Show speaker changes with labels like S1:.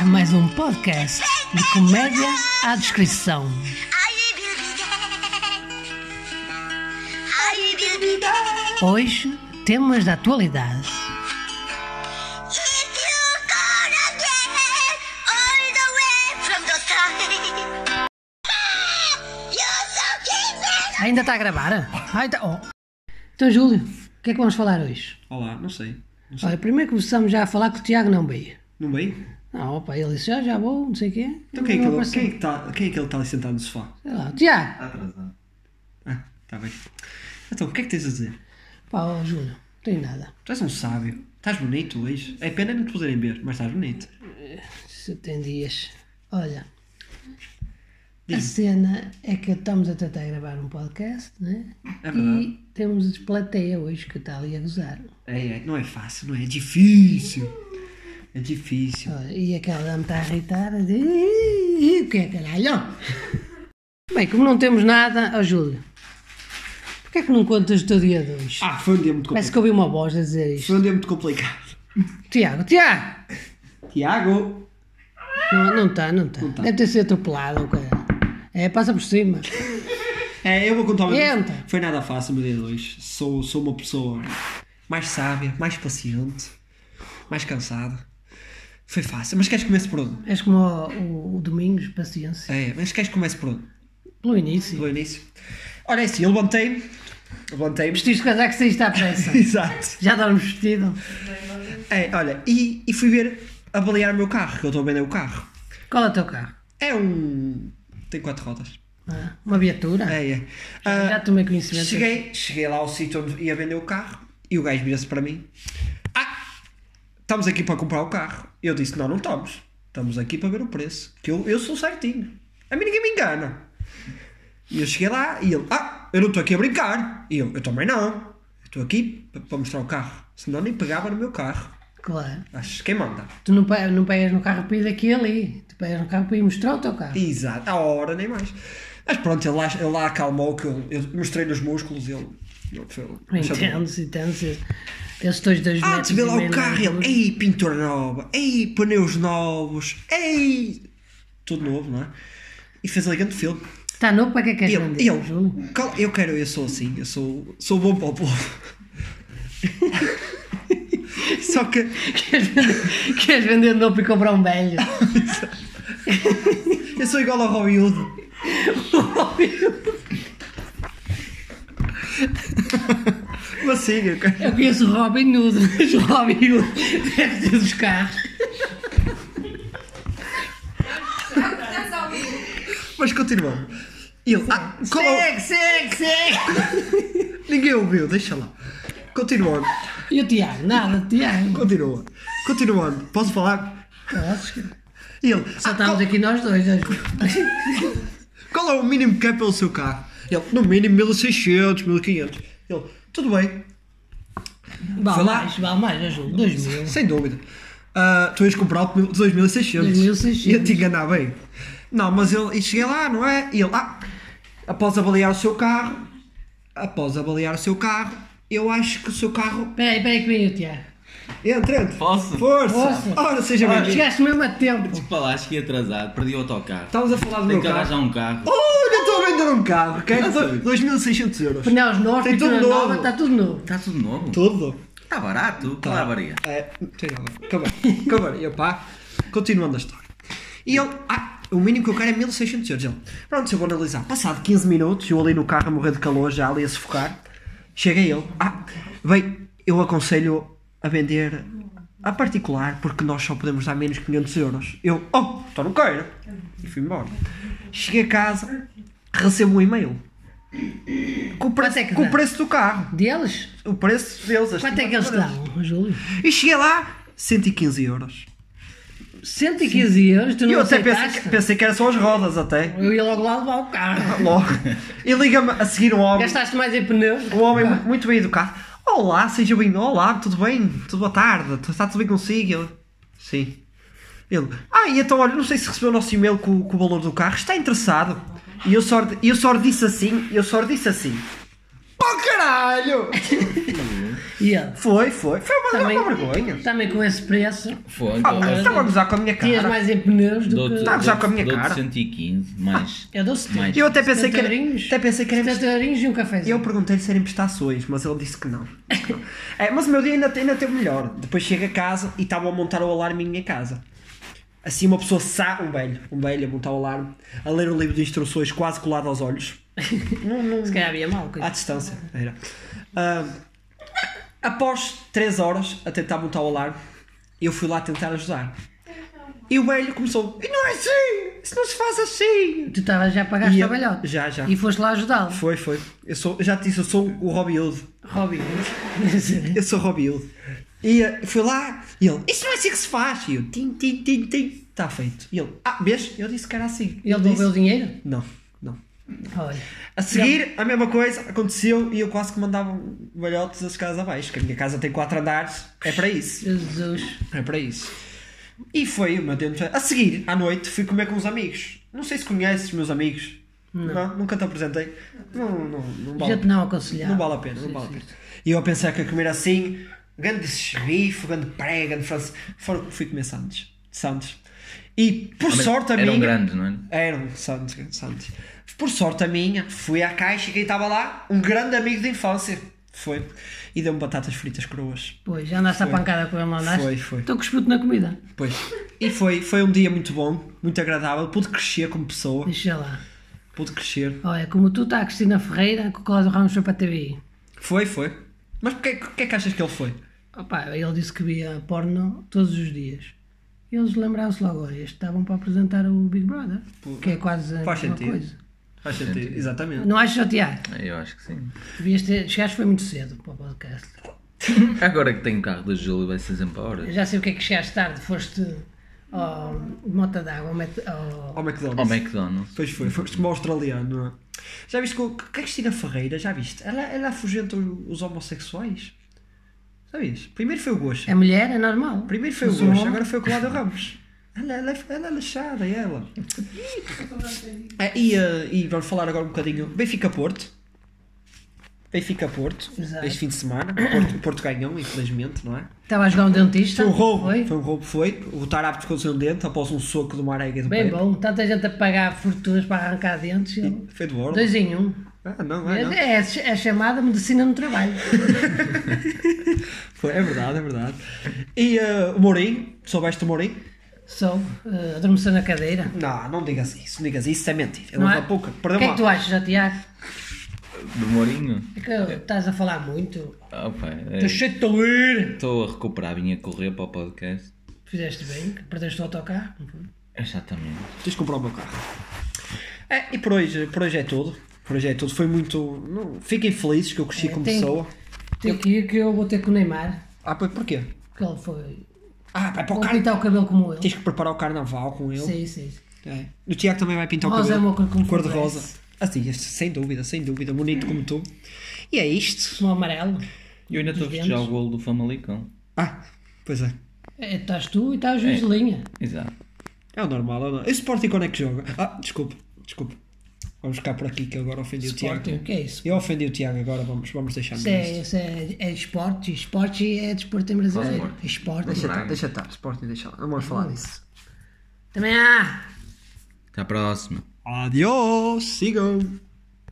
S1: a mais um podcast de comédia à descrição. Hoje, temas da atualidade. Ainda está a gravar? Ai, tá- oh. Então, Júlio, o que é que vamos falar hoje?
S2: Olá, não sei. Não, sei.
S1: Olha, primeiro começamos já a falar que o Tiago não veio.
S2: não veio?
S1: Não, opa, ele disse, já, já vou, não sei o quê.
S2: Então quem é, que
S1: Não
S2: ele,
S1: apareceu.
S2: quem, é que tá, quem é que ele está ali sentado no sofá?
S1: Sei lá, o Tiago,
S3: atrasado.
S2: Ah, está bem. Então, o que é que tens a dizer?
S1: pá, ó, Júlio, não tenho nada.
S2: Tu és um sábio. Estás bonito hoje. É pena não te poderem ver, mas estás bonito.
S1: Se tem dias. Olha, a
S2: Diz-me.
S1: cena é que estamos a tentar gravar um podcast, né?
S2: É verdade.
S1: e temos plateia hoje que está ali a gozar.
S2: É, é, não é fácil, não é? É difícil. É difícil.
S1: Olha, e aquela dama está irritada, diz, "Ih, o que é caralho? Bem, como não temos nada, ó Júlio, porquê é que não contas o teu dia de hoje?
S2: Ah, foi um dia muito
S1: Parece
S2: complicado.
S1: que ouvi uma voz a dizer isto.
S2: Foi um dia muito complicado.
S1: Tiago, Tiago!
S2: Tiago!
S1: Não, não está, não está.
S2: tá.
S1: Deve ter sido atropelado, ou caralho. É, passa por cima.
S2: É, eu vou contar uma
S1: Entra.
S2: Foi nada fácil no dia 2. Sou, sou uma pessoa mais sábia, mais paciente, mais cansada. Foi fácil. Mas queres que comece por onde?
S1: És como o, o, o Domingos, paciência.
S2: É, mas queres que comece por onde?
S1: Pelo início.
S2: Pelo início? Ora, é assim, eu levantei-me. Levantei-me.
S1: Vestiste casaco é que saíste à pressa.
S2: Exato.
S1: Já dormes vestido.
S2: É, olha, e, e fui ver, avaliar o meu carro, que eu estou a vender o carro.
S1: Qual é o teu carro?
S2: É um. tem quatro rodas.
S1: Ah, Uma viatura?
S2: É, é. Ah,
S1: Já tomei conhecimento.
S2: cheguei, cheguei lá ao sítio onde ia vender o carro e o gajo vira-se para mim: Ah, estamos aqui para comprar o carro. Eu disse: Não, não estamos. Estamos aqui para ver o preço. Que eu, eu sou certinho. A mim ninguém me engana. E eu cheguei lá e ele: Ah, eu não estou aqui a brincar. E eu: Eu também não. Eu Estou aqui pa- para mostrar o carro. Senão nem pegava no meu carro.
S1: Claro.
S2: Acho que quem manda.
S1: Tu não, pe- não pegas no carro para ir daqui a ali. Tu pegas no carro para ir mostrar o teu carro.
S2: Exato, à hora nem mais. Mas pronto, ele lá, ele lá acalmou que eu, eu mostrei nos músculos. Ele. ele foi-
S1: Entendes, entendes. Esses dois, dois
S2: Ah,
S1: metros
S2: te vê
S1: e
S2: lá
S1: meio é?
S2: o
S1: de
S2: carro,
S1: largura.
S2: ele, ei, pintura nova, ei, pneus novos, ei, tudo novo, não é? E fez ali grande filme.
S1: Está novo para que é que és
S2: E eu,
S1: grande?
S2: e eu,
S1: Júlio?
S2: cal- eu quero, eu sou assim, eu sou, sou bom para o povo. Só que,
S1: Queres vender, queres vender novo e comprar um velho?
S2: eu sou igual ao Robin Hood. Mas sim, eu quero.
S1: Eu conheço o Robin Hood, mas o Robin Hood deve ter dos carros.
S2: Mas continuamos. E Ele, ah, qual é o-
S1: Segue, segue, segue!
S2: ninguém ouviu, deixa lá. Continuando,
S1: E o Tiago? Nada, Tiago.
S2: continua, continuando, posso falar?
S1: Podes, cara.
S2: E ele,
S1: Só
S2: ah,
S1: estamos aqui nós dois. né?
S2: Qual é o mínimo que é pelo seu carro? Ele, no mínimo 1600, 1500. Ele, tudo bem,
S1: Vá
S2: Foi lá.
S1: mais, vá mais, né, ajuda. 2000.
S2: sem dúvida. Ah, tu ias comprar o pneu de 2600.
S1: 2600.
S2: Ia te enganar bem. Não, mas ele, e cheguei lá, não é? E ele, ah, após avaliar o seu carro, após avaliar o seu carro, eu acho que o seu carro.
S1: Peraí, peraí que vem o Tiago.
S2: Entra, entra.
S3: Posso?
S2: Força!
S1: Força.
S2: Ora, seja bem-vindo.
S1: Chegaste mesmo a tempo.
S3: Desculpa lá, cheguei atrasado, perdi o autocarro.
S2: Estamos a falar do
S3: Tenho
S2: meu
S3: que
S2: Tá carro.
S3: arranjar um carro.
S2: Olha, estou a vender um carro, ok?
S3: Não sei.
S2: 2600 euros.
S1: Ah, Pneus novos,
S2: Tem tudo
S1: pintura
S2: novo.
S1: nova, tá está tudo novo.
S3: Está Tá tudo novo?
S2: Tudo.
S3: Está barato? Tá. Lá varia.
S2: É, não tem nada. Acabei. Acabei. E pá, continuando a história. E ele, ah, o mínimo que eu quero é 1600 euros. Ele, pronto, eu vou analisar. Passado 15 minutos, eu ali no carro a morrer de calor, já ali a sufocar. Chega ele, ah, bem, eu aconselho a vender a particular, porque nós só podemos dar menos 500 euros. Eu, oh, então não quero. E fui embora. Cheguei a casa, recebo um e-mail. Com o preço,
S1: Quanto é que
S2: com o
S1: dá?
S2: preço do carro.
S1: Deles?
S2: O preço deles. as
S1: Quanto é que eles
S2: estimadoras.
S1: dão, Júlio?
S2: E cheguei lá, 115 euros.
S1: 115 euros, tu
S2: E
S1: não
S2: eu até pensei,
S1: aceitaste?
S2: pensei que eram só as rodas até.
S1: Eu ia logo lá levar o carro.
S2: Logo. E liga-me a seguir um homem.
S1: Gastaste mais em pneus?
S2: Um homem mu- muito bem educado. Olá, seja bem-vindo. Olá, tudo bem? Tudo boa tarde. Tu- Está tudo bem consigo? Ele, Sim. Ele. Ah, e então, olha, não sei se recebeu o nosso e-mail com, com o valor do carro. Está interessado? E eu só, eu só disse assim, eu só disse assim. Pô, caralho!
S1: E ele?
S2: Foi, foi. Foi uma,
S1: Também,
S2: uma vergonha.
S1: também com esse preço,
S3: Foi, então,
S2: Ah, mas estava a gozar com a minha
S1: tinhas
S2: cara.
S1: mais em pneus do É que.
S2: Tá a gozar com a minha cara.
S3: 115, mas.
S1: Eu dou-se
S3: Mais.
S2: Eu até pensei
S1: 70
S2: que era.
S1: eurinhos.
S2: Até pensei que era
S1: 70 eurinhos e um cafezinho.
S2: Eu perguntei-lhe se eram prestações, mas ele disse que não. É, mas o meu dia ainda, ainda teve melhor. Depois chego a casa e estava a montar o alarme em minha casa. Assim uma pessoa sabe, um velho, um velho a montar o alarme, a ler o livro de instruções quase colado aos olhos,
S1: Se calhar havia mal,
S2: à
S1: coisa.
S2: distância. Era. Ah, após 3 horas a tentar montar o alarme, eu fui lá tentar ajudar. E o velho começou, e não é assim, isso não se faz assim.
S1: Tu estavas já a pagar
S2: E
S1: este
S2: eu-
S1: trabalhote.
S2: já, já.
S1: E foste lá ajudá-lo.
S2: Foi, foi. Eu sou, já te disse, eu sou o Robin Hood.
S1: Robin.
S2: Eu sou Robin Hood. E eh, fui lá e ele, isso não é assim que se faz. E eu, tim, tim, tim, tim, está feito. E ele, ah, vês? Eu disse que era assim.
S1: Ele
S2: disse,
S1: devolveu o dinheiro?
S2: Não, não.
S1: Olha.
S2: A seguir, a mesma coisa aconteceu e eu quase que mandava um balhotes das casas abaixo, que a minha casa tem quatro andares, é para isso.
S1: Jesus.
S2: É para isso. E foi o meu tempo. A seguir, à noite, fui comer com os amigos. Não sei se conheces os meus amigos. Não. nunca te apresentei. Não, não, não vale a
S1: Gente não aconselhava.
S2: não vale a pena, não vale a pena. E eu a pensar que a comer assim, grande esbifo, grande prega, grande frança. Foram, fui comer sandes. Sandes. E por sorte a
S3: Eram
S2: minha. um
S3: grandes, não é?
S2: Eram sandes, grandes sandes. Por sorte a minha, fui à caixa e quem estava lá, um grande amigo de infância. Foi. E deu-me batatas fritas cruas.
S1: Pois, já andaste à pancada com ele, não andaste?
S2: Foi, foi.
S1: Estou cuspido na comida.
S2: Pois. E foi, foi um dia muito bom, muito agradável. Pude crescer como pessoa.
S1: Deixa lá.
S2: Pude crescer.
S1: Olha, como tu está a Cristina Ferreira, que o Cláudio Ramos foi para a TVI.
S2: Foi, foi. Mas porquê que é que achas que ele foi?
S1: Opa, ele disse que via porno todos os dias. E Eles lembraram-se logo, olha, este estavam para apresentar o Big Brother, que é quase a
S2: Faz
S1: mesma
S2: sentido.
S1: coisa.
S2: Faz sentido. Exatamente.
S1: Não achas, Tiago?
S3: Eu acho que sim.
S1: Devias ter... Chegaste foi muito cedo para o podcast.
S3: Agora que tenho o carro do Júlio, vai ser sempre a hora.
S1: Eu já sei o que é que chegaste tarde, foste ao Mota d'Água, ao... Met- ao-
S2: Ao McDonald's.
S3: Ao McDonald's.
S2: Pois foi, foste como australiano, não é? Já viste que o- que a Cristina Ferreira, já viste? Ela, ela afugenta o- os homossexuais. Sabias? Primeiro foi o Gosha.
S1: A mulher é normal.
S2: Primeiro foi o
S1: Eu sou
S2: Gosha,
S1: homem.
S2: agora foi o Cláudio Ramos. Ela, ela, é- ela é lixada, ela. É, e, eh, e vamos falar agora um bocadinho. Benfica-Porto. Benfica-Porto.
S1: Exato.
S2: Este fim de semana. O Porto, o Porto ganhou, infelizmente, não é?
S1: Estava a jogar um dentista.
S2: Foi um roubo.
S1: Foi?
S2: Foi, um roubo, foi. O Tarap ficou sem um dente após um soco de uma arega do
S1: Bem
S2: Pepe.
S1: bom, tanta gente a pagar fortunas para arrancar dentes. ele-
S2: Foi do Orla.
S1: Dois em um.
S2: Ah, não, ah, não.
S1: É, é, é chamada medicina no trabalho.
S2: Foi, é verdade, é verdade. E eh, o Mourinho? Soubeste do Mourinho?
S1: Sou, eh, adormeceu na cadeira.
S2: Não, não digas isso, não digas isso, isso é mentira. Ele
S1: Não é?
S2: usa pouca.
S1: O
S2: Perdeu
S1: que é
S2: uma.
S1: que tu achas, ó, Tiago?
S3: Do Mourinho?
S1: É que estás a falar muito.
S3: Opa,
S2: Estou cheio de talir.
S3: estou a recuperar, vim a correr para o podcast.
S1: Fizeste bem, que perdeste o autocarro.
S3: Exatamente.
S2: Tens de comprar o meu carro. É, e por hoje, por hoje é tudo. Por hoje é tudo. Foi muito. Não, fiquem felizes que eu cresci
S1: É,
S2: como
S1: tem-
S2: pessoa.
S1: Tem que ir que eu vou ter com o Neymar,
S2: Ah, pois porquê?
S1: que ele foi.
S2: Ah, vai para o
S1: Vou
S2: carnaval.
S1: pintar o cabelo como ele.
S2: Tens que preparar o carnaval com ele.
S1: Sim, sim. sim.
S2: É. O Tiago também vai pintar
S1: Rosa
S2: o cabelo.
S1: é uma cor como
S2: de
S1: favorece.
S2: rosa. Assim, sem dúvida, sem dúvida. Bonito como tu. E é isto.
S1: No amarelo.
S3: Eu ainda estou a
S1: Dos
S3: festejar
S1: dentes.
S3: o golo do Famalicão.
S2: Ah, pois é.
S1: É, estás tu e estás juiz de linha.
S3: Exato.
S2: É o normal, é o normal. E o Sporting quando é que joga? Ah, desculpa, desculpa. Vamos ficar por aqui que eu agora ofendi o
S1: Sporting,
S2: Tiago.
S1: o que é isso?
S2: Eu ofendi o Tiago agora, vamos, vamos deixar
S1: Isso é, isso é, é esporte, esporte é desporto em brasileiro.
S3: Vamos, amor.
S1: Esporte.
S3: Deixa estar, deixa
S2: estar, Sporting deixa lá, não
S1: Ah.
S2: vamos falar disso.
S1: Também ah, há.
S3: Até à próxima.
S2: Adiós, sigam!